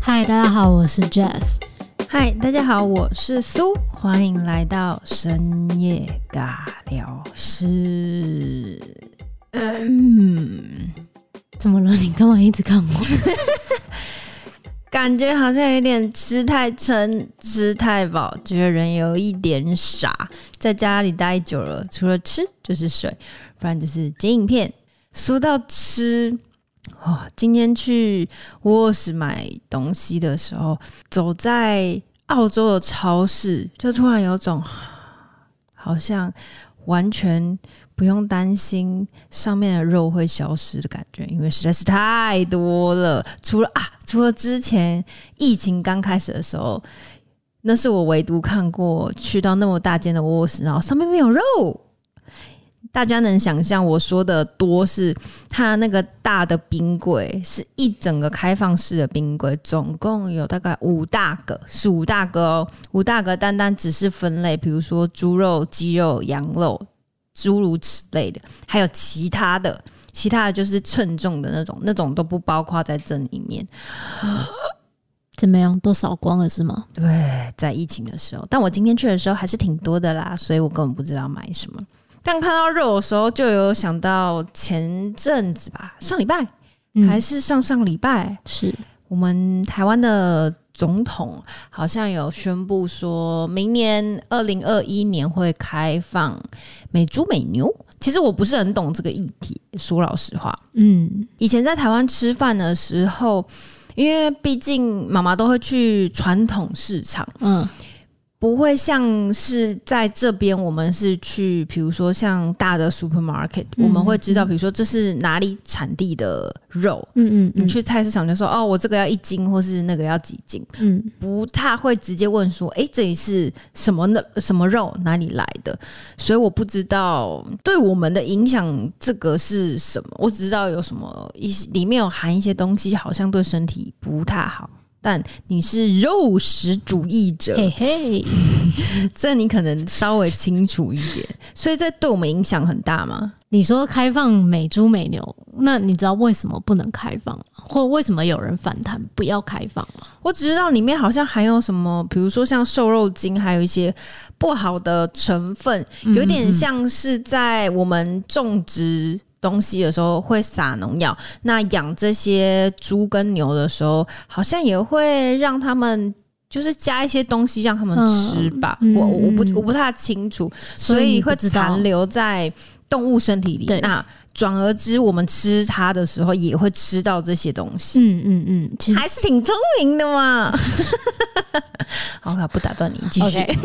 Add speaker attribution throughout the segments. Speaker 1: 嗨，大家好，我是 Jazz。
Speaker 2: 嗨，大家好，我是苏，欢迎来到深夜尬聊室。嗯，
Speaker 1: 怎么了？你干嘛一直看我？
Speaker 2: 感觉好像有点吃太撑，吃太饱，觉得人有一点傻。在家里待久了，除了吃就是水，不然就是剪影片。说到吃，哇、今天去沃尔斯买东西的时候，走在澳洲的超市，就突然有种好像完全不用担心上面的肉会消失的感觉，因为实在是太多了。除了啊，除了之前疫情刚开始的时候，那是我唯独看过去到那么大间的沃沃斯，然后上面没有肉。大家能想象我说的多是它那个大的冰柜是一整个开放式的冰柜，总共有大概五大个，是五大个哦，五大个单单只是分类，比如说猪肉、鸡肉、羊肉，诸如此类的，还有其他的，其他的就是称重的那种，那种都不包括在这里面。
Speaker 1: 怎么样？都扫光了是吗？
Speaker 2: 对，在疫情的时候，但我今天去的时候还是挺多的啦，所以我根本不知道买什么。但看到肉的时候，就有想到前阵子吧，上礼拜、
Speaker 1: 嗯
Speaker 2: 还是上上礼拜，
Speaker 1: 是
Speaker 2: 我们台湾的总统好像有宣布说，明年二零二一年会开放美猪美牛。其实我不是很懂这个议题，说老实话，
Speaker 1: 嗯，
Speaker 2: 以前在台湾吃饭的时候，因为毕竟妈妈都会去传统市场，
Speaker 1: 嗯，
Speaker 2: 不会像是在这边我们是去，比如说像大的 supermarket，、
Speaker 1: 嗯
Speaker 2: 我们会知道，比如说这是哪里产地的肉。
Speaker 1: 嗯嗯
Speaker 2: 你去菜市场就说哦，我这个要一斤，或是那个要几斤，
Speaker 1: 嗯
Speaker 2: 不太会直接问说，诶，这里是什么呢？什么肉哪里来的？所以我不知道对我们的影响这个是什么，我只知道有什么一些里面有含一些东西，好像对身体不太好。但你是肉食主义者，
Speaker 1: 嗯嘿嘿，
Speaker 2: 这你可能稍微清楚一点，所以这对我们影响很大吗？
Speaker 1: 你说开放美猪美牛，那你知道为什么不能开放吗？或为什么有人反弹不要开放吗？
Speaker 2: 我只知道里面好像含有什么，比如说像瘦肉精，还有一些不好的成分，
Speaker 1: 嗯
Speaker 2: 有点像是在我们种植东西的时候会撒农药，那养这些猪跟牛的时候，好像也会让他们。就是加一些东西让他们吃吧，
Speaker 1: 嗯嗯
Speaker 2: 我我不
Speaker 1: 嗯
Speaker 2: 我不太清楚，
Speaker 1: 所
Speaker 2: 所
Speaker 1: 以你
Speaker 2: 以
Speaker 1: 不
Speaker 2: 会
Speaker 1: 知道
Speaker 2: 残留在动物身体里
Speaker 1: 对。
Speaker 2: 那转而之，我们吃它的时候也会吃到这些东西。
Speaker 1: 嗯嗯嗯，其实
Speaker 2: 还是挺聪明的嘛。 好，好不打断你，继续。
Speaker 1: OK，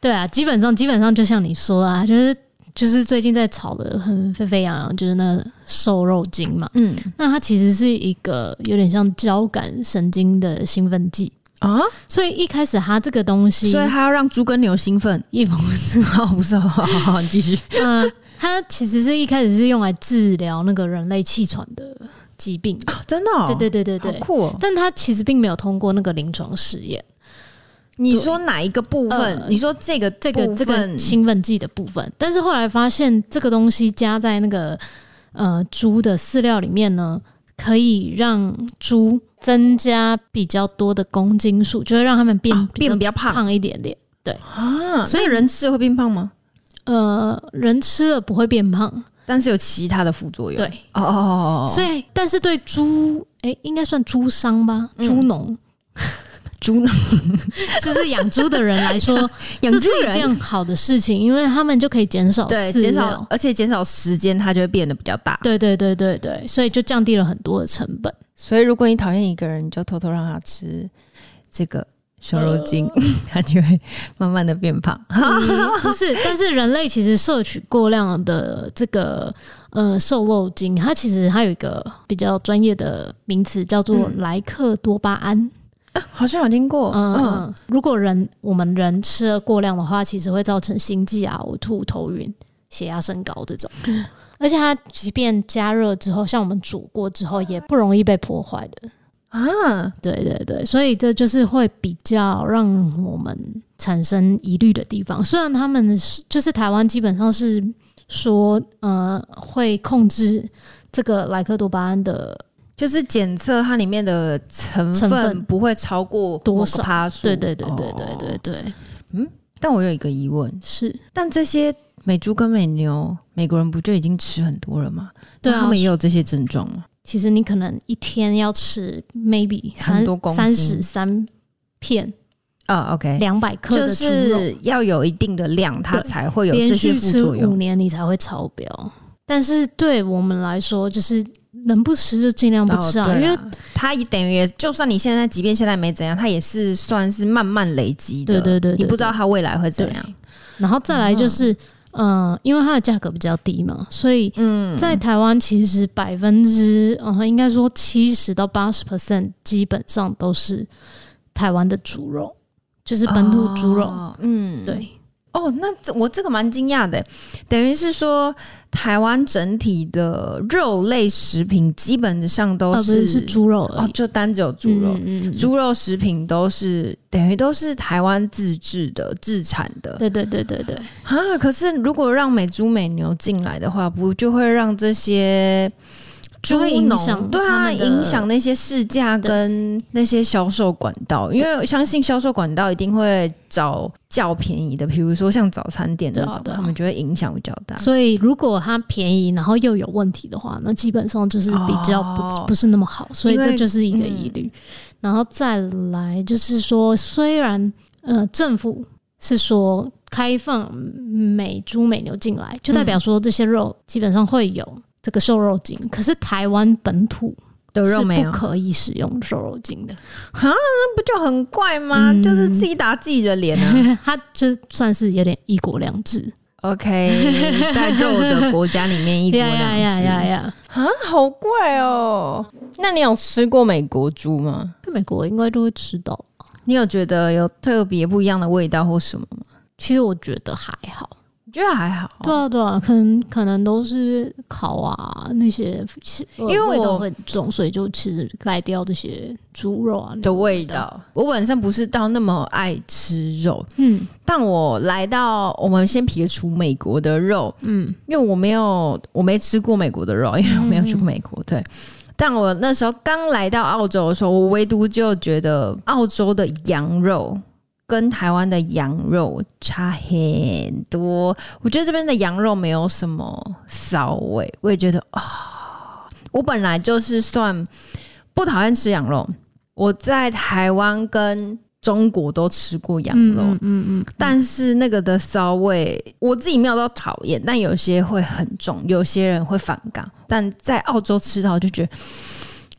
Speaker 1: 对 啊，基本上基本上就像你说啊，就是就是最近在炒的很沸沸扬扬，就是那个瘦肉精嘛。
Speaker 2: 嗯
Speaker 1: 那它其实是一个有点像交感神经的兴奋剂，
Speaker 2: 啊，
Speaker 1: 所以一开始它这个东西，，
Speaker 2: 所以他要让猪跟牛兴奋
Speaker 1: 也不是，
Speaker 2: 哦，不是， 好好好，你继续。
Speaker 1: 嗯、它其实是一开始是用来治疗那个人类气喘的疾病，
Speaker 2: 真的、哦，
Speaker 1: 对对对对对
Speaker 2: 好。酷哦！
Speaker 1: 但它其实并没有通过那个临床试验，
Speaker 2: 你说哪一个部分？
Speaker 1: 呃
Speaker 2: 你说这个
Speaker 1: 这
Speaker 2: 这
Speaker 1: 个这个兴奋剂的部分。但是后来发现，这个东西加在那个呃猪的饲料里面呢，可以让猪增加比较多的公斤数，就会让它们变、
Speaker 2: 哦变
Speaker 1: 比
Speaker 2: 比较胖
Speaker 1: 胖一点点。所
Speaker 2: 啊，所
Speaker 1: 以
Speaker 2: 以人吃会变胖吗？
Speaker 1: 呃，人吃了不会变胖，
Speaker 2: 但是有其他的副作用。
Speaker 1: 对，，
Speaker 2: 哦哦哦哦哦，
Speaker 1: 所以但是对猪，哎、应该算猪商吧，
Speaker 2: 嗯
Speaker 1: 猪农、
Speaker 2: 猪呢
Speaker 1: 就是养猪的人来说，
Speaker 2: 养
Speaker 1: 这
Speaker 2: 猪
Speaker 1: 是一
Speaker 2: 人
Speaker 1: 件好的事情，因为他们就可以减少
Speaker 2: 对
Speaker 1: 饲
Speaker 2: 减
Speaker 1: 料
Speaker 2: 少，而且减少时间，它就会变得比较大。
Speaker 1: 对对对对对，所以就降低了很多的成 本。
Speaker 2: 所以如果你讨厌一个人，你就偷偷让他吃这个瘦肉 精，他就会慢慢的变胖。
Speaker 1: 嗯不是，但是人类其实摄取过量的这个呃瘦肉精，它其实它有一个比较专业的名词叫做
Speaker 2: 嗯
Speaker 1: 莱克多巴胺。
Speaker 2: 好像有听过，
Speaker 1: 嗯，
Speaker 2: 嗯，
Speaker 1: 嗯如果人我们人吃了过量的话，其实会造成心悸啊、呕吐、头晕、血压升高这 种。而且它即便加热之后，像我们煮过之后，也不容易被破坏的。
Speaker 2: 啊，
Speaker 1: 对对对，所以这就是会比较让我们产生疑虑的地方。虽然他们是就是台湾基本上是说，呃，会控制这个莱克多巴胺的
Speaker 2: 就是检测它里面的成
Speaker 1: 成分
Speaker 2: 分不会超过
Speaker 1: 多
Speaker 2: 某个
Speaker 1: 少
Speaker 2: 趴数。
Speaker 1: 对对对对对
Speaker 2: 哦
Speaker 1: 对对，
Speaker 2: 但我有一个疑问，
Speaker 1: 是
Speaker 2: 但这些美猪跟美牛，美国人不就已经吃很多了吗？
Speaker 1: 对
Speaker 2: 那
Speaker 1: 啊
Speaker 2: 他。们也有这些症状吗？
Speaker 1: 其实你可能一天要吃 maybe 三
Speaker 2: 很多公斤
Speaker 1: 三十三片
Speaker 2: 啊，OK、o
Speaker 1: 两百克
Speaker 2: k 就
Speaker 1: 的猪肉，
Speaker 2: 是要有一定的量，它
Speaker 1: 对
Speaker 2: 才会有
Speaker 1: 连
Speaker 2: 这些
Speaker 1: 续
Speaker 2: 副
Speaker 1: 吃
Speaker 2: 作
Speaker 1: 五
Speaker 2: 用。
Speaker 1: 年你才会超标。但是对我们来说，就是能不吃就尽量不吃啊，
Speaker 2: 哦对
Speaker 1: 因为
Speaker 2: 它也等于也，就算你现在即便现在没怎样，它也是算是慢慢累积的。
Speaker 1: 对对对对
Speaker 2: 你不知道它未来会怎
Speaker 1: 对
Speaker 2: 样。
Speaker 1: 然后再来就是，嗯、呃，因为它的价格比较低嘛，所以
Speaker 2: 嗯，
Speaker 1: 在台湾其实百分之嗯，应该说七十到八十 percent 基本上都是台湾的猪肉，就是本土猪肉。
Speaker 2: 嗯哦嗯，
Speaker 1: 对
Speaker 2: 哦，那这我这个蛮惊讶的，欸等于是说台湾整体的肉类食品基本上都
Speaker 1: 啊，不是是猪肉而
Speaker 2: 哦
Speaker 1: 已，，
Speaker 2: 就单只有猪肉，
Speaker 1: 嗯嗯嗯
Speaker 2: 猪肉食品都是等于都是台湾自制的、自产的
Speaker 1: 对对对对对，
Speaker 2: 啊。可是如果让美猪美牛进来的话，不就会让这些
Speaker 1: 就
Speaker 2: 猪
Speaker 1: 会影响
Speaker 2: 农对
Speaker 1: 他
Speaker 2: 啊，
Speaker 1: 们的
Speaker 2: 影响那些市价
Speaker 1: 对
Speaker 2: 跟那些销售管道？因为我相信销售管道一定会找较便宜的，比如说像早餐店那
Speaker 1: 对
Speaker 2: 种
Speaker 1: 啊，对啊
Speaker 2: 他们就会影响比较大。
Speaker 1: 所以如果它便宜，然后又有问题的话，那基本上就是比较不、
Speaker 2: 哦嗯
Speaker 1: 不是那么好，所以
Speaker 2: 因为
Speaker 1: 这就是一个疑虑。然后再来就是说，虽然呃政府是说开放美猪美牛进来，就代
Speaker 2: 嗯
Speaker 1: 表说这些肉基本上会有这个瘦肉精，可是台湾本土
Speaker 2: 有
Speaker 1: 是
Speaker 2: 肉没
Speaker 1: 不
Speaker 2: 有？
Speaker 1: 可以使用瘦肉精的，
Speaker 2: 那不就很怪吗？
Speaker 1: 嗯
Speaker 2: 就是自己打自己的脸啊。
Speaker 1: 它这算是有点一国两制，
Speaker 2: OK，在肉的国家里面一 国
Speaker 1: 呀呀呀呀
Speaker 2: 两制
Speaker 1: 呀！
Speaker 2: 啊，好怪哦。那你有吃过美国猪吗？
Speaker 1: 在美国应该都会吃到。
Speaker 2: 你有觉得有特别不一样的味道或什么吗？
Speaker 1: 其实我觉得还好，
Speaker 2: 我觉得还好，
Speaker 1: 对啊，对啊，可能可能都是烤啊那些，因
Speaker 2: 因为
Speaker 1: 味道
Speaker 2: 我
Speaker 1: 很重，所以就其实改掉这些猪肉啊
Speaker 2: 的味。道。我本身不是到那么爱吃肉，
Speaker 1: 嗯
Speaker 2: 但我来到我们先撇除美国的肉，
Speaker 1: 嗯，
Speaker 2: 因为我没有我没吃过美国的肉，因为我没有去过美国，对。但我那时候刚来到澳洲的时候，我唯独就觉得澳洲的羊肉跟台湾的羊肉差很多。我觉得这边的羊肉没有什么骚味，我也觉得啊、我本来就是算不讨厌吃羊肉，我在台湾跟中国都吃过羊
Speaker 1: 嗯
Speaker 2: 肉，
Speaker 1: 嗯嗯嗯，
Speaker 2: 但是那个的骚味，我自己没有到讨厌，但有些会很重，有些人会反感。但在澳洲吃到就觉得，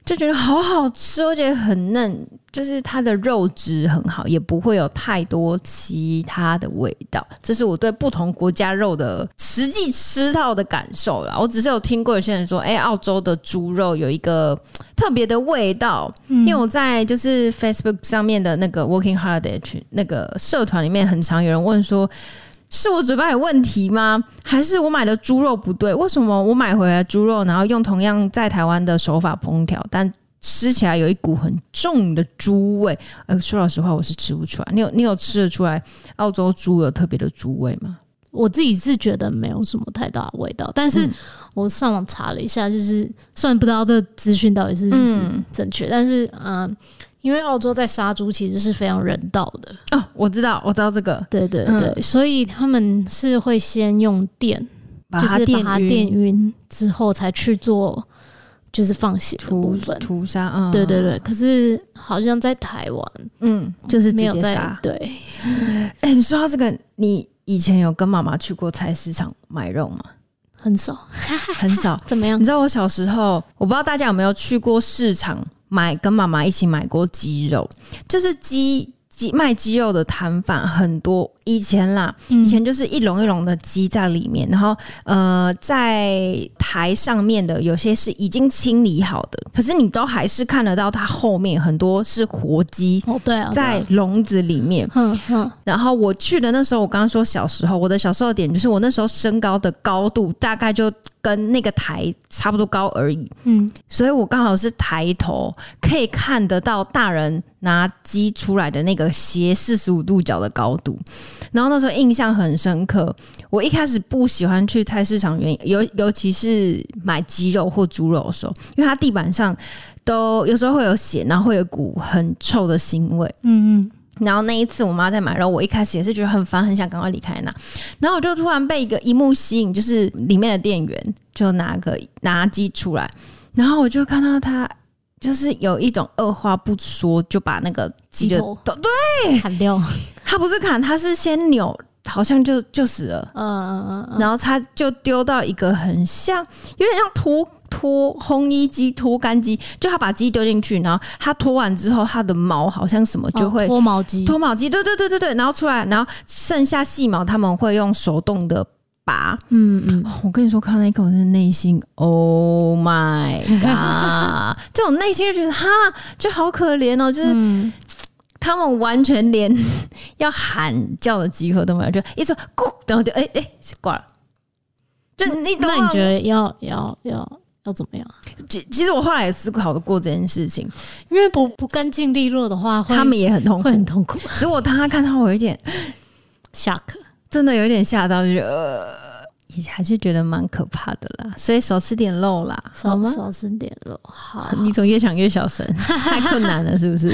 Speaker 2: 就觉得好好吃，而且很嫩，就是它的肉质很好，也不会有太多其他的味道。这是我对不同国家肉的实际吃到的感受啦。我只是有听过有些人说，哎、澳洲的猪肉有一个特别的味道，因为我在就是 Facebook 上面的那个 Working Hard 的群那个社团里面，很常有人问说。是我嘴巴有问题吗？还是我买的猪肉不对？为什么我买回来猪肉，然后用同样在台湾的手法烹调，但吃起来有一股很重的猪味？呃，说老实话，我是吃不出来。你有你有吃得出来澳洲猪有特别的猪味吗？
Speaker 1: 我自己是觉得没有什么太大的味道，但是
Speaker 2: 嗯
Speaker 1: 我上网查了一下，就是虽然不知道这个资讯到底是不是
Speaker 2: 嗯
Speaker 1: 正确，但是嗯、呃因为澳洲在杀猪其实是非常人道的，
Speaker 2: 哦，我知道，我知道这个，
Speaker 1: 对对
Speaker 2: 嗯
Speaker 1: 对，所以他们是会先用电
Speaker 2: 把
Speaker 1: 就是把
Speaker 2: 电
Speaker 1: 它
Speaker 2: 晕
Speaker 1: 电晕之后才去做就是放血的部
Speaker 2: 屠
Speaker 1: 分。
Speaker 2: 屠杀，嗯，
Speaker 1: 对对，对，可是好像在台湾
Speaker 2: 嗯，就是直
Speaker 1: 没有
Speaker 2: 接
Speaker 1: 在
Speaker 2: 杀。
Speaker 1: 对，
Speaker 2: 哎、你说到这个，你以前有跟妈妈去过菜市场买肉吗？
Speaker 1: 很少。
Speaker 2: 很少。
Speaker 1: 怎么样
Speaker 2: 你？知道我小时候，我不知道大家有没有去过市场买，跟妈妈一起买过鸡肉，就是鸡鸡卖鸡肉的摊贩很多。以前啦，
Speaker 1: 以
Speaker 2: 以前就是一笼一笼的鸡在里面，然后呃，在台上面的有些是已经清理好的，可是你都还是看得到它后面很多是活鸡
Speaker 1: 哦，对啊，
Speaker 2: 在笼子里面。
Speaker 1: 嗯嗯
Speaker 2: 然后我去的那时候，我刚刚说小时候，我的小时候的点就是我那时候身高的高度大概就跟那个台差不多高而已，
Speaker 1: 嗯，
Speaker 2: 所以我刚好是抬头可以看得到大人拿鸡出来的那个斜四十五度角的高度，然后那时候印象很深刻。我一开始不喜欢去菜市场原因，尤尤其是买鸡肉或猪肉的时候，因为它地板上都有时候会有血，然后会有股很臭的腥味。
Speaker 1: 嗯
Speaker 2: 然后那一次我妈在买肉，我一开始也是觉得很烦，很想赶快离开那。然后我就突然被一个一幕吸引，就是里面的店员就拿个拿鸡出来，然后我就看到他就是有一种二话不说就把那个鸡的
Speaker 1: 鸡头
Speaker 2: 都对，
Speaker 1: 嗯，砍掉，嗯
Speaker 2: 他不是砍，他是先扭，好像就就死了。
Speaker 1: 嗯嗯，
Speaker 2: 然后他就丢到一个很像，有点像脱脱烘衣机、脱干机，就他把鸡丢进去，然后他脱完之后，它的毛好像什么 就会
Speaker 1: 哦脱毛机，
Speaker 2: 脱毛机，对对对对对，然后出来，然后剩下细毛他们会用手动的拔。
Speaker 1: 嗯嗯，
Speaker 2: 我跟你说，看到那一刻，我真的内心 Oh my god！这种内心就觉得哈，就好可怜哦，就是
Speaker 1: 嗯，
Speaker 2: 他们完全连要喊叫的机会都没有，就一说咕，然后就哎哎、挂了。就你懂
Speaker 1: 那
Speaker 2: 吗
Speaker 1: 你觉得要要要要怎么样？
Speaker 2: 其其实我后来也思考过这件事情，
Speaker 1: 因为不不干净利落的话，会
Speaker 2: 他们也很痛苦
Speaker 1: 会。很痛苦
Speaker 2: 只是我当他看到我有一点
Speaker 1: ，shock。
Speaker 2: 真的有点吓到，就觉得、呃、也还是觉得蛮可怕的啦。所以少吃点肉啦，好
Speaker 1: 少
Speaker 2: 吗？
Speaker 1: 少吃点肉，好，
Speaker 2: 你总越想越小 声，太困难了，是不是？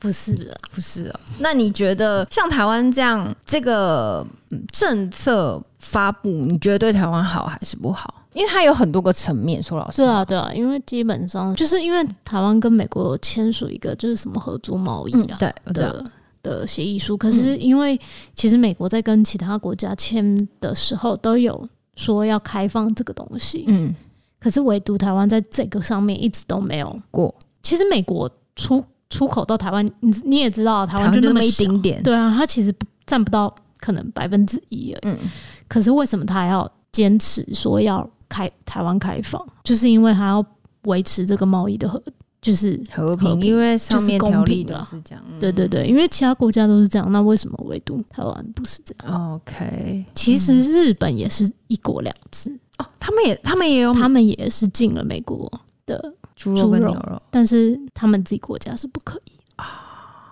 Speaker 1: 不是了，
Speaker 2: 不是哦。那你觉得像台湾这样这个嗯政策发布，你觉得对台湾好还是不好？因为它有很多个层面，说老实
Speaker 1: 对
Speaker 2: 话，
Speaker 1: 啊，对啊，因为基本上就是因为台湾跟美国有签署一个就是什么合作贸易
Speaker 2: 嗯，
Speaker 1: 啊、
Speaker 2: 对，我嗯知道，
Speaker 1: 的的协议书，可是因为其实美国在跟其他国家签的时候都有说要开放这个东西，
Speaker 2: 嗯，
Speaker 1: 可是唯独台湾在这个上面一直都没有。
Speaker 2: 过
Speaker 1: 其实美国出出口到台湾，你你也知道，台湾
Speaker 2: 就
Speaker 1: 那
Speaker 2: 么一
Speaker 1: 小
Speaker 2: 丁点，
Speaker 1: 对啊，它其实不占不到可能百分之一啊而已。
Speaker 2: 嗯，
Speaker 1: 可是为什么他还要坚持说要开台湾开放？就是因为他要维持这个贸易的和，就是
Speaker 2: 和
Speaker 1: 和
Speaker 2: 平，
Speaker 1: 平
Speaker 2: 因为上面
Speaker 1: 就是
Speaker 2: 条
Speaker 1: 公
Speaker 2: 例
Speaker 1: 平
Speaker 2: 都
Speaker 1: 啦
Speaker 2: 是这样，嗯
Speaker 1: 对对对，因为其他国家都是这样，那为什么唯独台湾不是这样？
Speaker 2: 嗯，OK，
Speaker 1: 其实日本也是一国两制，
Speaker 2: 哦，他们也他们也有
Speaker 1: 他们也是进了美国的，
Speaker 2: 猪肉跟
Speaker 1: 猪肉
Speaker 2: 牛肉，
Speaker 1: 但是他们自己国家是不可以啊。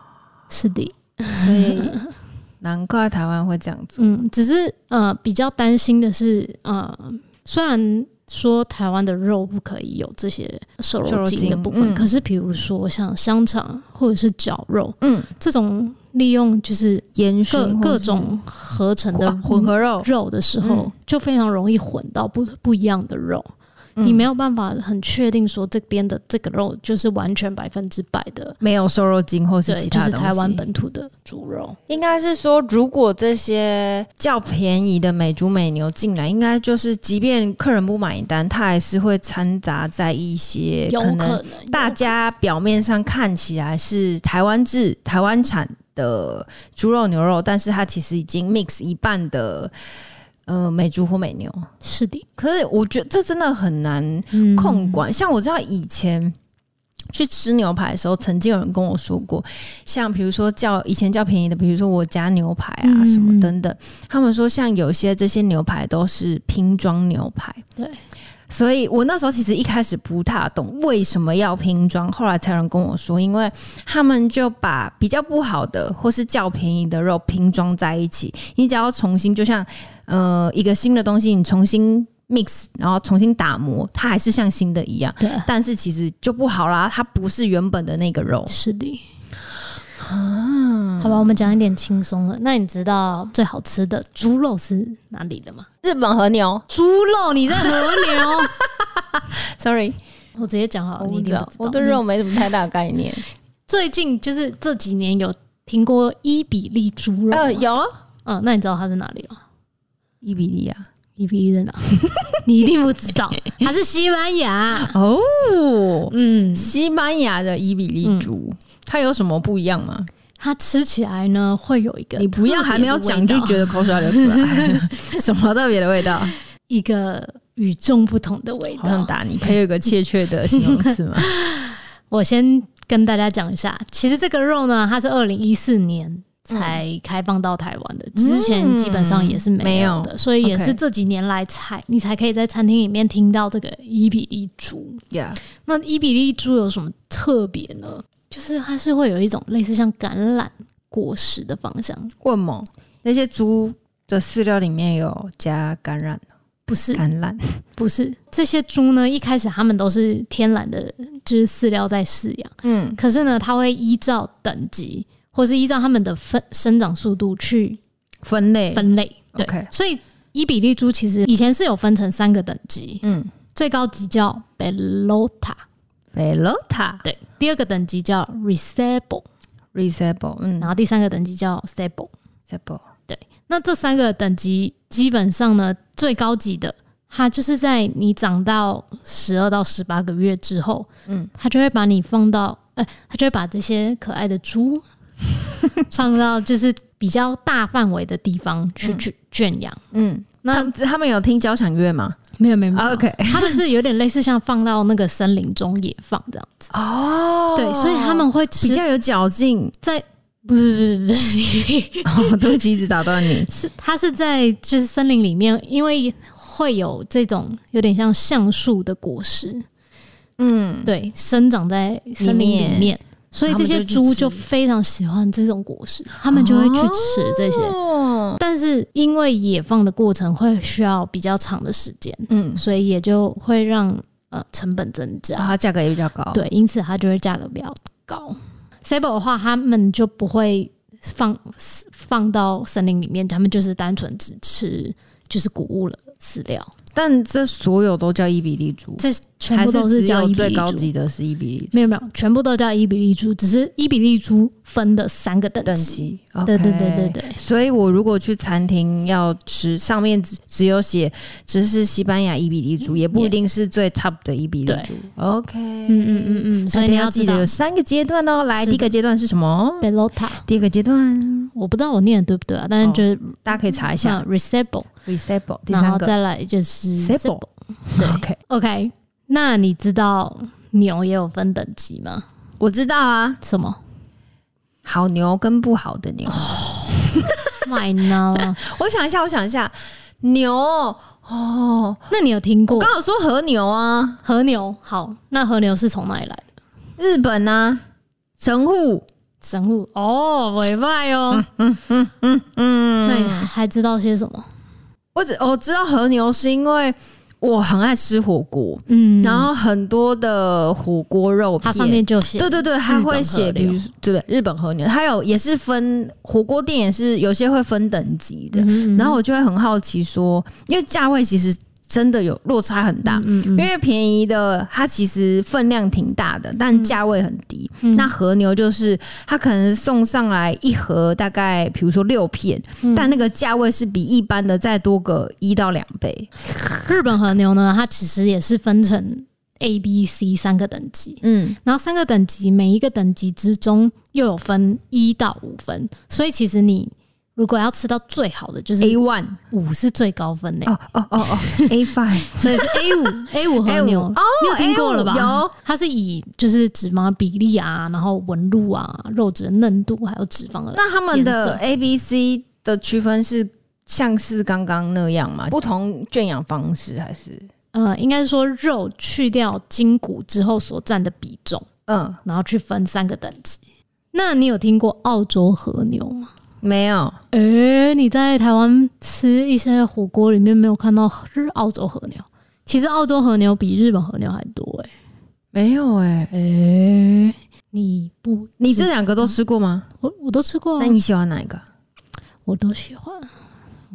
Speaker 1: 是的，
Speaker 2: 所以难怪台湾会这样做。
Speaker 1: 嗯，只是呃比较担心的是，呃，虽然说台湾的肉不可以有这些瘦
Speaker 2: 瘦肉
Speaker 1: 肉精的
Speaker 2: 精
Speaker 1: 部分，
Speaker 2: 嗯
Speaker 1: 可是比如说像香肠或者是绞肉
Speaker 2: 嗯，
Speaker 1: 这种利用就是
Speaker 2: 烟
Speaker 1: 各
Speaker 2: 熏
Speaker 1: 各种合成的嗯
Speaker 2: 混混合肉，
Speaker 1: 肉的时候，
Speaker 2: 嗯
Speaker 1: 就非常容易混到不不一样的肉。
Speaker 2: 嗯
Speaker 1: 你没有办法很确定说这边的这个肉就是完全百分之百的，
Speaker 2: 没有瘦肉精或是
Speaker 1: 对，
Speaker 2: 其
Speaker 1: 就
Speaker 2: 他
Speaker 1: 是
Speaker 2: 的东西
Speaker 1: 台湾本土的猪肉。
Speaker 2: 应该是说，如果这些较便宜的美猪美牛进来，应该就是即便客人不买单，它还是会掺杂在一些
Speaker 1: 有可
Speaker 2: 能
Speaker 1: 能
Speaker 2: 大
Speaker 1: 有
Speaker 2: 家表面上看起来是台湾制、台湾产的猪肉、牛肉，但是它其实已经 mix 一半的呃美猪或美牛。
Speaker 1: 是的，
Speaker 2: 可是我觉得这真的很难
Speaker 1: 嗯
Speaker 2: 控管。像我知道以前去吃牛排的时候，曾经有人跟我说过，像比如说叫以前叫便宜的，比如说我家牛排啊
Speaker 1: 嗯
Speaker 2: 什么等等，他们说像有些这些牛排都是拼装牛排，
Speaker 1: 对。
Speaker 2: 所以我那时候其实一开始不太懂为什么要拼装，后来才有人跟我说，因为他们就把比较不好的或是较便宜的肉拼装在一起，你只要重新，就像呃一个新的东西，你重新 mix，然后重新打磨，它还是像新的一样，
Speaker 1: 对，
Speaker 2: 但是其实就不好啦，它不是原本的那个肉。
Speaker 1: 是的。
Speaker 2: 啊
Speaker 1: 好吧，我们讲一点轻松的。那你知道最好吃的猪肉是哪里的吗？
Speaker 2: 日本和牛
Speaker 1: 猪肉，你在和牛？
Speaker 2: ，sorry，
Speaker 1: 我直接讲
Speaker 2: 哦
Speaker 1: 好了，你一定不知道
Speaker 2: 我对肉没什么太大概 念。
Speaker 1: 最近就是这几年有听过伊比利猪肉吗，
Speaker 2: 呃，有啊
Speaker 1: 嗯，那你知道它是哪里吗？
Speaker 2: 伊比利亚
Speaker 1: 伊比利在哪？ 你一定不知 道，它是西班牙。
Speaker 2: 哦，
Speaker 1: 嗯，
Speaker 2: 西班牙的伊比利猪，它有什么不一样吗？
Speaker 1: 它吃起来呢会有一个
Speaker 2: 你不要
Speaker 1: 特别的
Speaker 2: 还没有
Speaker 1: 味
Speaker 2: 讲
Speaker 1: 道
Speaker 2: 就觉得口水要流出 来，什么特别的味道？
Speaker 1: 一个与众不同的味
Speaker 2: 好想
Speaker 1: 道。
Speaker 2: 打你，可以有个怯怯的形容词吗？
Speaker 1: 我先跟大家讲一下，其实这个肉呢，它是二零一四年才开放到台湾的，之前基本上也是嗯没有的，所以也
Speaker 2: OK
Speaker 1: 是这几年来才你才可以在餐厅里面听到这个伊比利猪。
Speaker 2: Yeah，
Speaker 1: 那伊比利猪有什么特别呢？就是它是会有一种类似像橄榄果实的芳香，
Speaker 2: 问吗？那些猪的饲料里面有加橄榄，
Speaker 1: 不是
Speaker 2: 橄榄
Speaker 1: 不是这些猪呢，一开始它们都是天然的，就是饲料在饲养，
Speaker 2: 嗯，
Speaker 1: 可是呢，它会依照等级或是依照它们的分生长速度去
Speaker 2: 分类，
Speaker 1: 分类，对
Speaker 2: 嗯 OK
Speaker 1: 所以伊比利猪其实以前是有分成三个等级，
Speaker 2: 嗯
Speaker 1: 最高级叫 Belota，
Speaker 2: ，Velota
Speaker 1: 对，第二个等级叫 Resable，
Speaker 2: Resable，嗯
Speaker 1: 然后第三个等级叫 Stable。
Speaker 2: ，Resable，
Speaker 1: 那这三个等级基本上呢，最高级的，它就是在你长到十二到十八个月之后，
Speaker 2: 嗯
Speaker 1: 嗯，它就会把你放到，呃，它就会把这些可爱的 猪放到就是比较大范围的地方去去圈养。
Speaker 2: 嗯，
Speaker 1: 那
Speaker 2: 那他们有听交响乐吗
Speaker 1: 没有没有没有、
Speaker 2: 啊？OK，
Speaker 1: 他们是有点类似像放到那个森林中野放这样子，
Speaker 2: 哦
Speaker 1: 对，所以他们会吃
Speaker 2: 比较有 嚼劲。
Speaker 1: 在不不不不不，
Speaker 2: 哦，对不起，一直打断你。
Speaker 1: 是它是在就是森林里面，因为会有这种有点像橡树的果实，
Speaker 2: 嗯，
Speaker 1: 对，生长在森林
Speaker 2: 里
Speaker 1: 里面
Speaker 2: 面，
Speaker 1: 所以这些
Speaker 2: 它们就
Speaker 1: 猪
Speaker 2: 去吃
Speaker 1: 就非常喜欢这种果实，它们就会去吃这些。
Speaker 2: 哦，
Speaker 1: 但是因为野放的过程会需要比较长的时间，
Speaker 2: 嗯，
Speaker 1: 所以也就会让呃成本增加。
Speaker 2: 啊，它价格也比较高。，
Speaker 1: 对，因此它就会价格比较高。Sable 的话，他们就不会放放到森林里面，他们就是单纯只吃就是谷物了饲料，
Speaker 2: 但这所有都叫伊比利猪，
Speaker 1: 这全部都
Speaker 2: 还是只
Speaker 1: 叫
Speaker 2: 有
Speaker 1: 伊比
Speaker 2: 最
Speaker 1: 利
Speaker 2: 高
Speaker 1: 猪。
Speaker 2: 级的是伊比利
Speaker 1: 没有没有，全部都叫伊比利猪，只是伊比利猪分的三个等
Speaker 2: 等
Speaker 1: 级。
Speaker 2: 级。OK
Speaker 1: 对对对对对，
Speaker 2: 所以我如果去餐厅要吃，上面只只有写只是西班牙伊比利猪，也不一定是最 top 的伊比利猪。OK，嗯
Speaker 1: 嗯嗯嗯嗯，所以
Speaker 2: 大
Speaker 1: 你
Speaker 2: 家
Speaker 1: 要
Speaker 2: 记
Speaker 1: 知
Speaker 2: 得
Speaker 1: 道
Speaker 2: 有三个阶段哦。来，
Speaker 1: 是
Speaker 2: 第
Speaker 1: 的
Speaker 2: 一个阶段是什么？
Speaker 1: Belota，
Speaker 2: 第二个阶段
Speaker 1: 我不知道我念的对不对啊，但是就是
Speaker 2: 大家可以查一下
Speaker 1: 像 Resable，
Speaker 2: ，recycle。第
Speaker 1: 嗯然
Speaker 2: 三
Speaker 1: 后
Speaker 2: 个
Speaker 1: 再来就是
Speaker 2: Sable
Speaker 1: Sable。对
Speaker 2: ，OK，
Speaker 1: OK，那你知道牛也有分等级吗？
Speaker 2: 我知道啊，
Speaker 1: 什么？
Speaker 2: 好牛跟不好的牛。
Speaker 1: 哦卖呢？
Speaker 2: 我想一下，我想一下，牛哦，
Speaker 1: 那你有听
Speaker 2: 我
Speaker 1: 过
Speaker 2: 刚好说和牛啊，
Speaker 1: 和牛？好，那和牛是从哪里来的？
Speaker 2: 日本啊，神户，
Speaker 1: 神户哦，尾拜哦。嗯嗯嗯嗯。那你还知道些什么？
Speaker 2: 我只我知道和牛是因为我很爱吃火锅，
Speaker 1: 嗯，
Speaker 2: 然后很多的火锅肉片，
Speaker 1: 它上面就写
Speaker 2: 对对对，它
Speaker 1: 日本
Speaker 2: 会
Speaker 1: 和
Speaker 2: 写，比
Speaker 1: 牛
Speaker 2: 如说对对，日本和牛，它有也是分火锅店也是有些会分等级的，
Speaker 1: 嗯
Speaker 2: 然后我就会很好奇说，因为价位其实真的有落差很大。
Speaker 1: 嗯
Speaker 2: 因
Speaker 1: 嗯
Speaker 2: 为便宜的它其实分量挺大的，但价位很低。
Speaker 1: 嗯
Speaker 2: 那和牛就是它可能送上来一盒，大概比如说六片，
Speaker 1: 嗯
Speaker 2: 但那个价位是比一般的再多个一到两倍。
Speaker 1: 日本和牛呢，它其实也是分成 A、B、C 三个等级。
Speaker 2: 嗯，
Speaker 1: 然后三个等级，每一个等级之中又有分一到五分，所以其实你如果要吃到最好的，就是
Speaker 2: A one
Speaker 1: 五是最高分的、
Speaker 2: 哦哦哦哦 A five
Speaker 1: 所以是 A 五 A 五和牛，
Speaker 2: 哦，
Speaker 1: 你有听过了吧？
Speaker 2: A5 有，
Speaker 1: 它是以就是脂肪比例啊，然后纹路啊、肉质的嫩度还有脂肪的，
Speaker 2: 那他们的
Speaker 1: 颜
Speaker 2: A B C 的区分是像是刚刚那样吗？不同圈养方式还是
Speaker 1: 呃，应该说肉去掉筋骨之后所占的比重，
Speaker 2: 嗯
Speaker 1: 然后去分三个等级。那你有听过澳洲和牛吗？
Speaker 2: 没有？
Speaker 1: 诶、你在台湾吃一些火锅里面没有看到日澳洲和牛？其实澳洲和牛比日本和牛还多诶、
Speaker 2: 没有
Speaker 1: 欸
Speaker 2: 哎、
Speaker 1: 诶、你不
Speaker 2: 你
Speaker 1: 知
Speaker 2: 这两个都吃过吗？
Speaker 1: 我我都吃过、嗯啊
Speaker 2: 那，你喜欢哪一个
Speaker 1: 我都喜欢。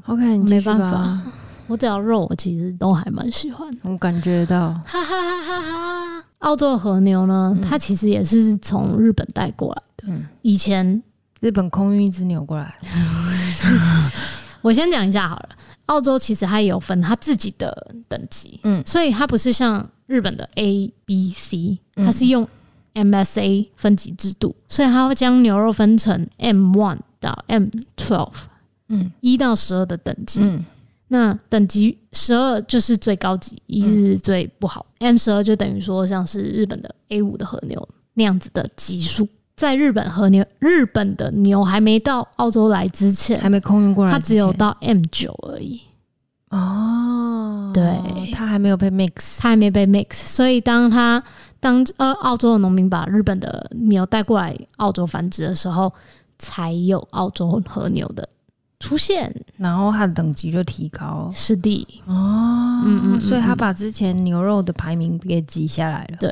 Speaker 2: ？OK，你继
Speaker 1: 没
Speaker 2: 续吧
Speaker 1: 办法，我只要肉，我其实都还蛮喜欢的。
Speaker 2: 我感觉到
Speaker 1: 哈哈哈哈哈！澳洲的和牛呢，它其实也是从日本带过来的。
Speaker 2: 嗯
Speaker 1: 以前
Speaker 2: 日本空运一只牛过来，
Speaker 1: 我先讲一下好了，澳洲其实它也有分它自己的等级，
Speaker 2: 嗯
Speaker 1: 嗯，所以它不是像日本的 A、B、C，
Speaker 2: 嗯
Speaker 1: 它是用 MSA 分级制度，所以它会将牛肉分成 M one 到 M twelve
Speaker 2: 嗯
Speaker 1: 一到十二的等级。
Speaker 2: 嗯
Speaker 1: 那等级十二就是最高级，一
Speaker 2: 嗯
Speaker 1: 是最不好。M 十二就等于说像是日本的 A 五的和牛那样子的级数。在日本和牛，日本的牛还没到澳洲来之前，
Speaker 2: 还没空运过来
Speaker 1: 它
Speaker 2: 之前，
Speaker 1: 只有到 M 九而已，
Speaker 2: 哦，
Speaker 1: 对
Speaker 2: 它还没有被 mix，
Speaker 1: 它还没被 mix。所以当它当呃澳洲的农民把日本的牛带过来澳洲繁殖的时候，才有澳洲和牛的出现。
Speaker 2: 然后它的等级就提高
Speaker 1: 是的，
Speaker 2: 哦，
Speaker 1: 嗯嗯嗯
Speaker 2: 所以它
Speaker 1: 嗯
Speaker 2: 把之前牛肉的排名给挤下来了，
Speaker 1: 对。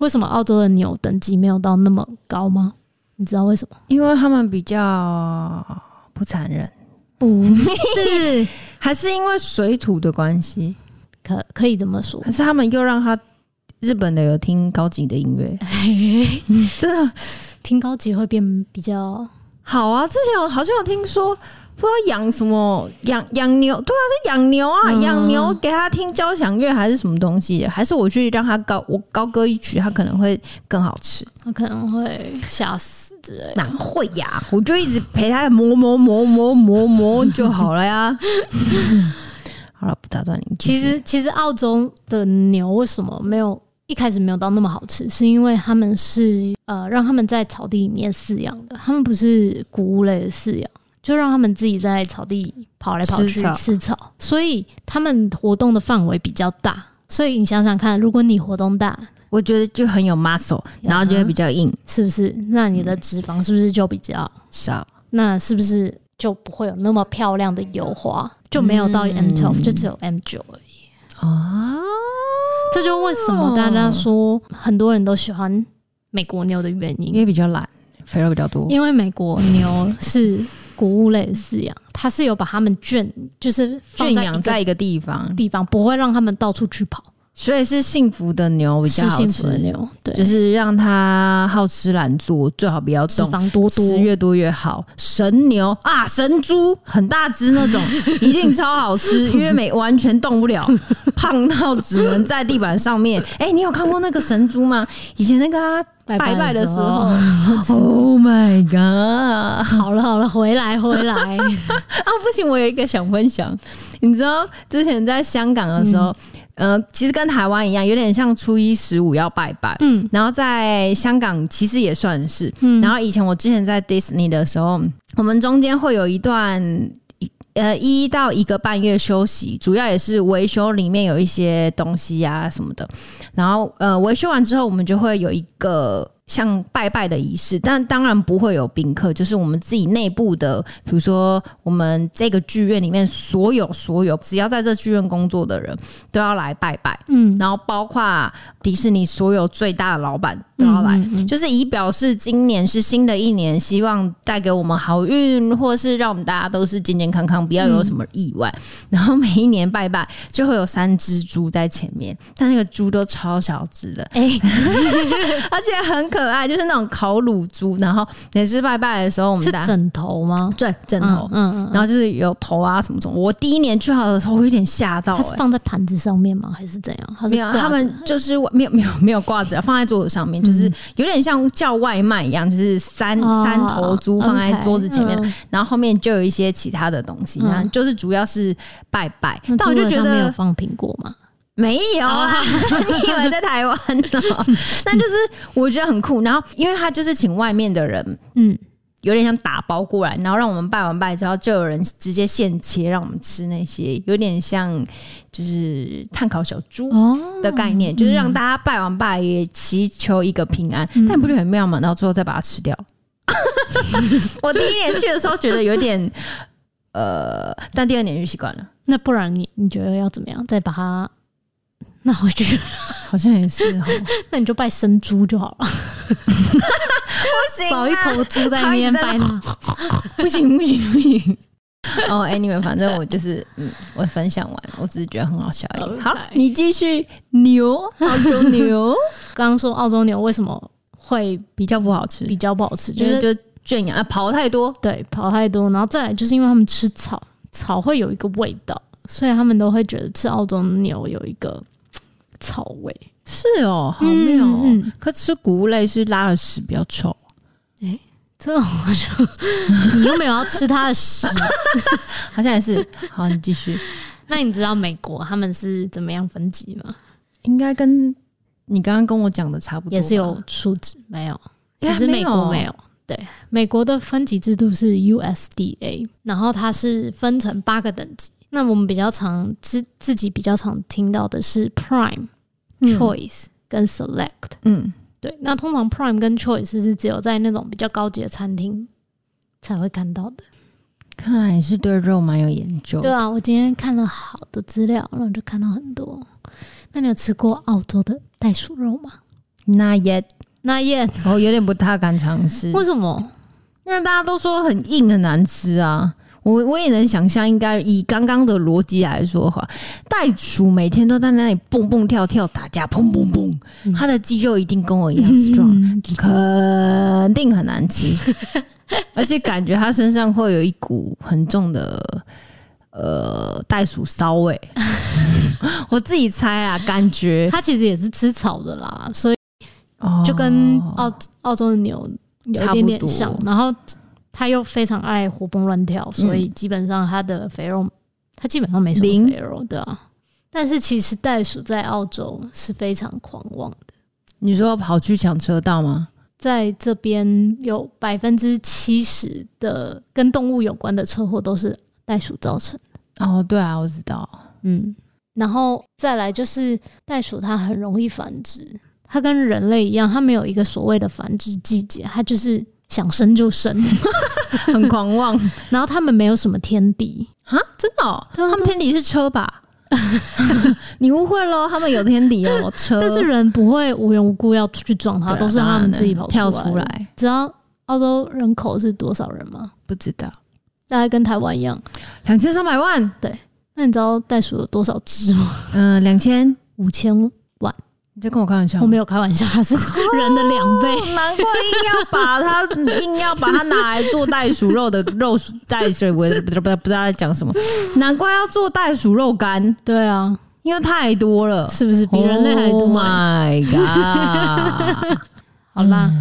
Speaker 1: 为什么澳洲的牛等级没有到那么高吗？你知道为什么？
Speaker 2: 因为他们比较不残忍，
Speaker 1: 不是，
Speaker 2: 还是因为水土的关系，
Speaker 1: 可可以这么说
Speaker 2: 还。是他们又让他日本的有听高级的音乐，真的
Speaker 1: 听高级会变比较
Speaker 2: 好啊！之前我好像有听说，不知道养什么养养牛，对啊，是养牛啊，
Speaker 1: 嗯
Speaker 2: 养牛给他听交响乐还是什么东西的，还是我去让他高我高歌一曲，他可能会更好吃。
Speaker 1: 他可能会吓死之类的。
Speaker 2: 哪会呀、我就一直陪他磨磨磨磨磨磨就好了呀。 好了，不打断你。
Speaker 1: 其实，其实澳洲的牛为什么没有一开始没有到那么好吃，是因为他们是呃让他们在草地里面饲养的，他们不是谷物类的饲养，就让他们自己在草地跑来跑去
Speaker 2: 吃草
Speaker 1: 吃草，所以他们活动的范围比较大。所以你想想看，如果你活动大，
Speaker 2: 我觉得就很有 muscle，然后就会比较硬
Speaker 1: 是不是？那你的
Speaker 2: 嗯
Speaker 1: 脂肪是不是就比较？
Speaker 2: 少。
Speaker 1: 那是不是就不会有那么漂亮的油花？就没有到
Speaker 2: 嗯
Speaker 1: M 9就只有 M 九而已。
Speaker 2: 哦，
Speaker 1: 这就为什么大家说很多人都喜欢美国牛的原
Speaker 2: 因
Speaker 1: 因，
Speaker 2: 为比较懒，肥肉比较多。
Speaker 1: 因为美国牛是谷物类的饲养，它是有把它们圈，就是放
Speaker 2: 圈养
Speaker 1: 在
Speaker 2: 在
Speaker 1: 一
Speaker 2: 一
Speaker 1: 个
Speaker 2: 个地方，
Speaker 1: 地方，不会让它们到处去跑。
Speaker 2: 所以是幸福的牛比较
Speaker 1: 是
Speaker 2: 好
Speaker 1: 幸福的
Speaker 2: 吃，
Speaker 1: 牛，对，
Speaker 2: 就是让它好吃懒做，最好不要
Speaker 1: 脂
Speaker 2: 动。
Speaker 1: 肪多多
Speaker 2: 吃。越多越好，神牛啊，神猪很大只那 种，一定超好吃，因为没完全动不了，胖到只能在地板上面。 哎、你有看过那个神猪吗？以前那个啊，
Speaker 1: 拜
Speaker 2: 拜拜
Speaker 1: 的
Speaker 2: 的时候
Speaker 1: 候，
Speaker 2: ，Oh my god！
Speaker 1: 好了好了，回来回 来，
Speaker 2: 啊，不行，我有一个想分享。你知道之前在香港的时候，呃，其实跟台湾一样，有点像初一十五要拜拜。
Speaker 1: 嗯
Speaker 2: 然后在香港其实也算是。
Speaker 1: 嗯
Speaker 2: 然后以前我之前在 Disney 的时候，我们中间会有一段。呃，一到一个半月休息，主要也是维修里面有一些东西呀、什么的。然后呃，维修完之后，我们就会有一个像拜拜的仪式，但当然不会有宾客，就是我们自己内部的，比如说我们这个剧院里面所有所有只要在这剧院工作的人都要来拜拜。
Speaker 1: 嗯，
Speaker 2: 然后包括迪士尼所有最大的老板都要来，
Speaker 1: 嗯嗯嗯
Speaker 2: 就是以表示今年是新的一年，希望带给我们好运，或是让我们大家都是健健康康，不要有什么意外。
Speaker 1: 嗯
Speaker 2: 然后每一年拜拜就会有三只猪在前面，但那个猪都超小只的，
Speaker 1: 哎，
Speaker 2: 而且很可爱，就是那种烤乳猪。然后每次拜拜的时候，我们
Speaker 1: 是
Speaker 2: 大家
Speaker 1: 枕头吗？
Speaker 2: 对枕头。
Speaker 1: 嗯嗯，嗯
Speaker 2: 然后就是有头啊什么什么，我第一年去好的时候，我有点吓到、欸。
Speaker 1: 它是放在盘子上面吗？还是怎样？哦它是
Speaker 2: 没有，啊
Speaker 1: 挂着
Speaker 2: 他们就是没有没有没有挂着，放在桌子上面，就是有点像叫外卖一样，就是三、
Speaker 1: 嗯哦
Speaker 2: 三头猪放在
Speaker 1: OK，
Speaker 2: 桌子前面，
Speaker 1: 嗯
Speaker 2: 然后后面就有一些其他的东西，
Speaker 1: 嗯
Speaker 2: 然后就是主要是拜拜。
Speaker 1: 那
Speaker 2: 但我就
Speaker 1: 猪
Speaker 2: 觉
Speaker 1: 肉上面有哦
Speaker 2: 得
Speaker 1: 放苹果吗？
Speaker 2: 没有啊， 你以为在台湾呢、 那就是我觉得很酷。然后因为他就是请外面的人。
Speaker 1: 嗯，
Speaker 2: 有点像打包过来，然后让我们拜完拜之后，就有人直接现切让我们吃那些，有点像就是碳烤小猪
Speaker 1: 哦，
Speaker 2: 的概念，就是让大家拜完拜也祈求一个平安。但你不觉得很妙吗？然后最后再把它 吃掉。我第一年去的时候觉得有点呃，但第二年就习惯了，
Speaker 1: 那不然你你觉得要怎么样？再把它拿回去？
Speaker 2: 好像也是 哦，
Speaker 1: 那你就拜生猪就好了，
Speaker 2: 不行、啊，
Speaker 1: 找一头猪在那边拜你。
Speaker 2: 不行不行不行。哦、a n y w a y 反正我就是，嗯，我分享完了，我只是觉得很好笑而已。
Speaker 1: OK
Speaker 2: 好，你继续牛，澳洲 牛
Speaker 1: 刚刚说澳洲牛为什么会
Speaker 2: 比较不好吃，
Speaker 1: 比较不好吃，就
Speaker 2: 就是是就圈养啊，跑太多，
Speaker 1: 对，跑太多，然后再来就是因为他们吃草，草会有一个味道，所以他们都会觉得吃澳洲牛有一个嘖草味。
Speaker 2: 是哦，好妙哦。
Speaker 1: 嗯嗯
Speaker 2: 可吃谷物类是拉的屎比较臭，
Speaker 1: 这种我就 你又没有要吃它的屎，
Speaker 2: 好像也 是。好，你继续，
Speaker 1: 那你知道美国他们是怎么样分级吗？
Speaker 2: 应该跟你刚刚跟我讲的差不多吧，
Speaker 1: 也是有数值没有？
Speaker 2: 哎
Speaker 1: 其实美国没
Speaker 2: 有
Speaker 1: 有。对，美国的分级制度是 USDA，然后它是分成八个等级。那我们比较常自自己比较常听到的是 Prime、
Speaker 2: 嗯
Speaker 1: Choice、跟 select。
Speaker 2: 嗯，
Speaker 1: 对，那通常 prime 跟 choice 是只有在那种比较高级的餐厅才会看到的。
Speaker 2: 看来你是对肉蛮有研究。
Speaker 1: 对，啊，我今天看了好多资料，然后就看到很多。那你有吃过澳洲的袋鼠肉吗？
Speaker 2: 嗯那也
Speaker 1: 那耶，
Speaker 2: 我哦有点不太敢 尝试，
Speaker 1: 为什么？
Speaker 2: 因为大家都说很硬很难吃啊。我我也能想象，应该以刚刚的逻辑来说的话，袋鼠每天都在那里蹦蹦跳跳打架，砰砰砰，
Speaker 1: 嗯
Speaker 2: 它的肌肉一定跟我 一样 strong，、
Speaker 1: 嗯
Speaker 2: 肯定很难 吃，而且感觉它身上会有一股很重的呃袋鼠骚 味。我自己猜啊，感觉
Speaker 1: 它其实也是吃草的啦，所以
Speaker 2: 哦
Speaker 1: 就跟澳、澳洲的牛有一点
Speaker 2: 差不
Speaker 1: 点
Speaker 2: 多
Speaker 1: 像。然后它又非常爱活蹦乱跳，所以基本上它的肥肉，它基本上没什么
Speaker 2: 嗯零
Speaker 1: 肥肉，对啊。但是其实袋鼠在澳洲是非常狂妄的，
Speaker 2: 你说跑去抢车道吗？
Speaker 1: 在这边有百分之七十的跟动物有关的车祸都是袋鼠造成的。
Speaker 2: 哦，对啊，我知道。
Speaker 1: 嗯，然后再来就是袋鼠，它很容易繁殖，它跟人类一样，它没有一个所谓的繁殖季节，它就是想生就生。
Speaker 2: 很狂妄
Speaker 1: 然后它们没有什么天敌，
Speaker 2: 啊！真的、哦，
Speaker 1: 对啊
Speaker 2: 他们天敌是车吧？ 你误会喽，他们有天敌哦，车。
Speaker 1: 但是人不会无缘无故要出去撞它，
Speaker 2: 对啊
Speaker 1: 都是它们自己跑
Speaker 2: 当然了跳
Speaker 1: 出
Speaker 2: 出
Speaker 1: 来。
Speaker 2: 来，
Speaker 1: 知道澳洲人口是多少人吗？
Speaker 2: 不知道
Speaker 1: 大概跟台湾一样。
Speaker 2: 两千三百万，
Speaker 1: 那你知道袋鼠有多少只吗？
Speaker 2: 嗯、呃，两千，
Speaker 1: 五
Speaker 2: 哦
Speaker 1: 千，
Speaker 2: 你在跟我开玩笑吗？
Speaker 1: 我没有开玩笑，它是人的两倍。
Speaker 2: 难怪硬要把它硬要把它拿来做袋鼠肉的肉袋水，我也不知道不知道在讲什么。 难怪要做袋鼠肉干，
Speaker 1: 对啊，
Speaker 2: 因为太多了，
Speaker 1: 是不是比人类还多、哎
Speaker 2: Oh my god！
Speaker 1: 好啦，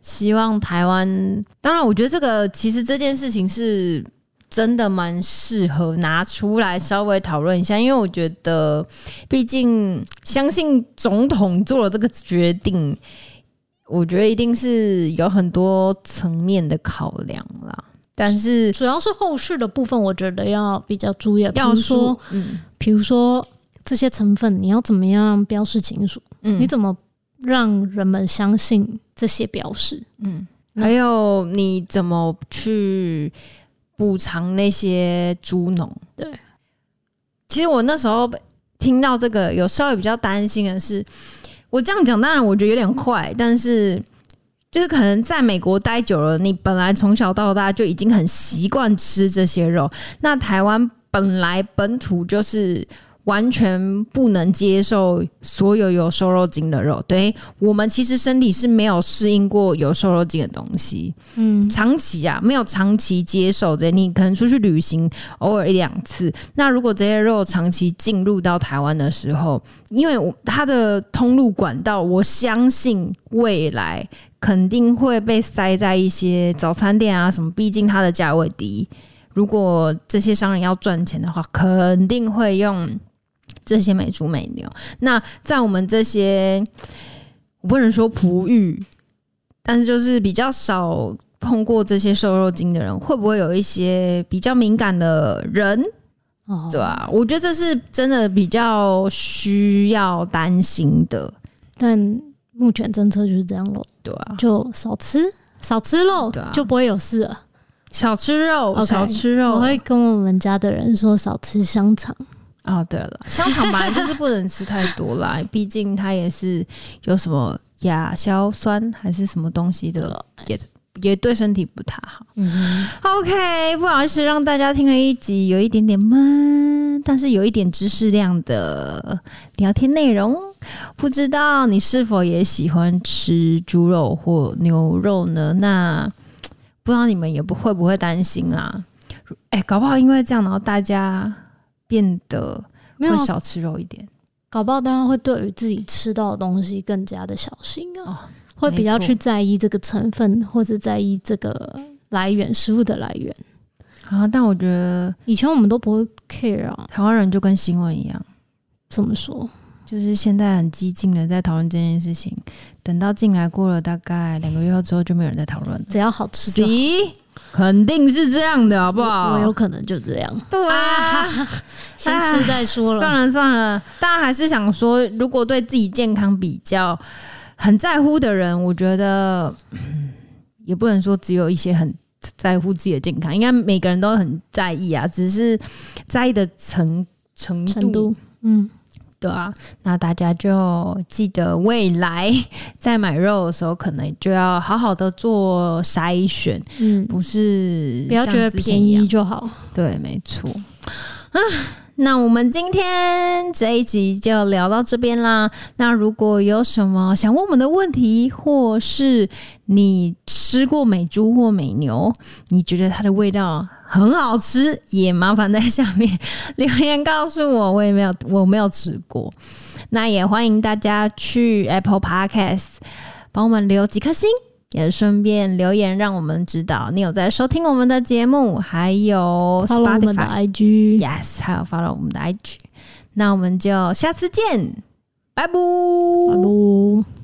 Speaker 2: 希望台湾，当然，我觉得这个其实这件事情是真的蛮适合拿出来稍微讨论一下，因为我觉得，毕竟相信总统做了这个决定，我觉得一定是有很多层面的考量啦。但是
Speaker 1: 主要是后续的部分，我觉得要比较注意。比
Speaker 2: 要
Speaker 1: 如说，，
Speaker 2: 嗯
Speaker 1: 比如说这些成分，你要怎么样标示清楚？
Speaker 2: 嗯
Speaker 1: 你怎么让人们相信这些标识？
Speaker 2: 嗯，还有你怎么去补偿那些猪农？
Speaker 1: 对，
Speaker 2: 其实我那时候听到这个，有稍微比较担心的是，我这样讲当然我觉得有点坏，但是就是可能在美国待久了，你本来从小到大就已经很习惯吃这些肉，那台湾本来本土就是。完全不能接受所有有瘦肉精的肉，对我们其实身体是没有适应过有瘦肉精的东西。
Speaker 1: 嗯，
Speaker 2: 长期啊，没有长期接受这些，你可能出去旅行偶尔一两次。那如果这些肉长期进入到台湾的时候，因为我它的通路管道，我相信未来肯定会被塞在一些早餐店啊什么，毕竟它的价位低。如果这些商人要赚钱的话，肯定会用这些美猪美牛。那在我们这些，我不能说璞玉，但是就是比较少碰过这些瘦肉精的人，会不会有一些比较敏感的人？
Speaker 1: 哦，
Speaker 2: 对啊，我觉得这是真的比较需要担心的，
Speaker 1: 但目前政策就是这样咯，
Speaker 2: 对啊。
Speaker 1: 就少吃。少吃肉、
Speaker 2: 对啊
Speaker 1: 就不会有事了。
Speaker 2: 少吃肉
Speaker 1: OK，
Speaker 2: 少吃肉。
Speaker 1: 我会跟我们家的人说少吃香肠。
Speaker 2: 哦，对了， 香肠本来就是不能吃太多 啦，毕竟它也是有什么亚硝酸还是什么东西的，也也对身体不太好。
Speaker 1: 嗯，
Speaker 2: OK，不好意思让大家听了一集有一点点闷，但是有一点知识量的聊天内容。不知道你是否也喜欢吃猪肉或牛肉呢？那不知道你们也不会不会担心啦？哎、搞不好因为这样，然后大家变得
Speaker 1: 没有
Speaker 2: 会
Speaker 1: 啊，
Speaker 2: 少吃肉一点。
Speaker 1: 搞不好大家会对于自己吃到的东西更加的小心啊。
Speaker 2: 哦
Speaker 1: 会比较
Speaker 2: 没错
Speaker 1: 去在意这个成分，或者在意这个来源食物的来源。
Speaker 2: 啊，但我觉得
Speaker 1: 以前我们都不会 care 啊，
Speaker 2: 台湾人就跟新闻一样。
Speaker 1: 怎么说？
Speaker 2: 嗯就是现在很激进的在讨论这件事情，等到进来过了大概两个月后之后就没有人在讨论了。
Speaker 1: 只要好吃就好。
Speaker 2: 咦，肯定是这样的，好不好？
Speaker 1: 啊我有可能就这样，
Speaker 2: 对啊，
Speaker 1: 先吃再说了。
Speaker 2: 算了算了，大家还是想说，如果对自己健康比较很在乎的人，我觉得嗯也不能说只有一些很在乎自己的健康，应该每个人都很在意啊，只是在意的程程度
Speaker 1: 成都，嗯，
Speaker 2: 对啊，那大家就记得未来在买肉的时候，可能就要好好的做筛选，
Speaker 1: 嗯，
Speaker 2: 不是
Speaker 1: 不要觉得
Speaker 2: 像之前
Speaker 1: 便
Speaker 2: 一样
Speaker 1: 宜就好。
Speaker 2: 对，没错。啊，那我们今天这一集就聊到这边啦。那如果有什么想问我们的问题，或是你吃过美猪或美牛，你觉得它的味道很好吃，也麻烦在下面留言告诉我。我也没有，我没有吃过。 那也欢迎大家去 Apple Podcast 帮我们留几颗星。也顺便留言，让我们知道你有在收听我们的节目，还有
Speaker 1: follow 我们的
Speaker 2: Spotify、
Speaker 1: IG，
Speaker 2: Yes，还有 follow 我们的 IG。那我们就下次见，拜拜。
Speaker 1: 拜拜。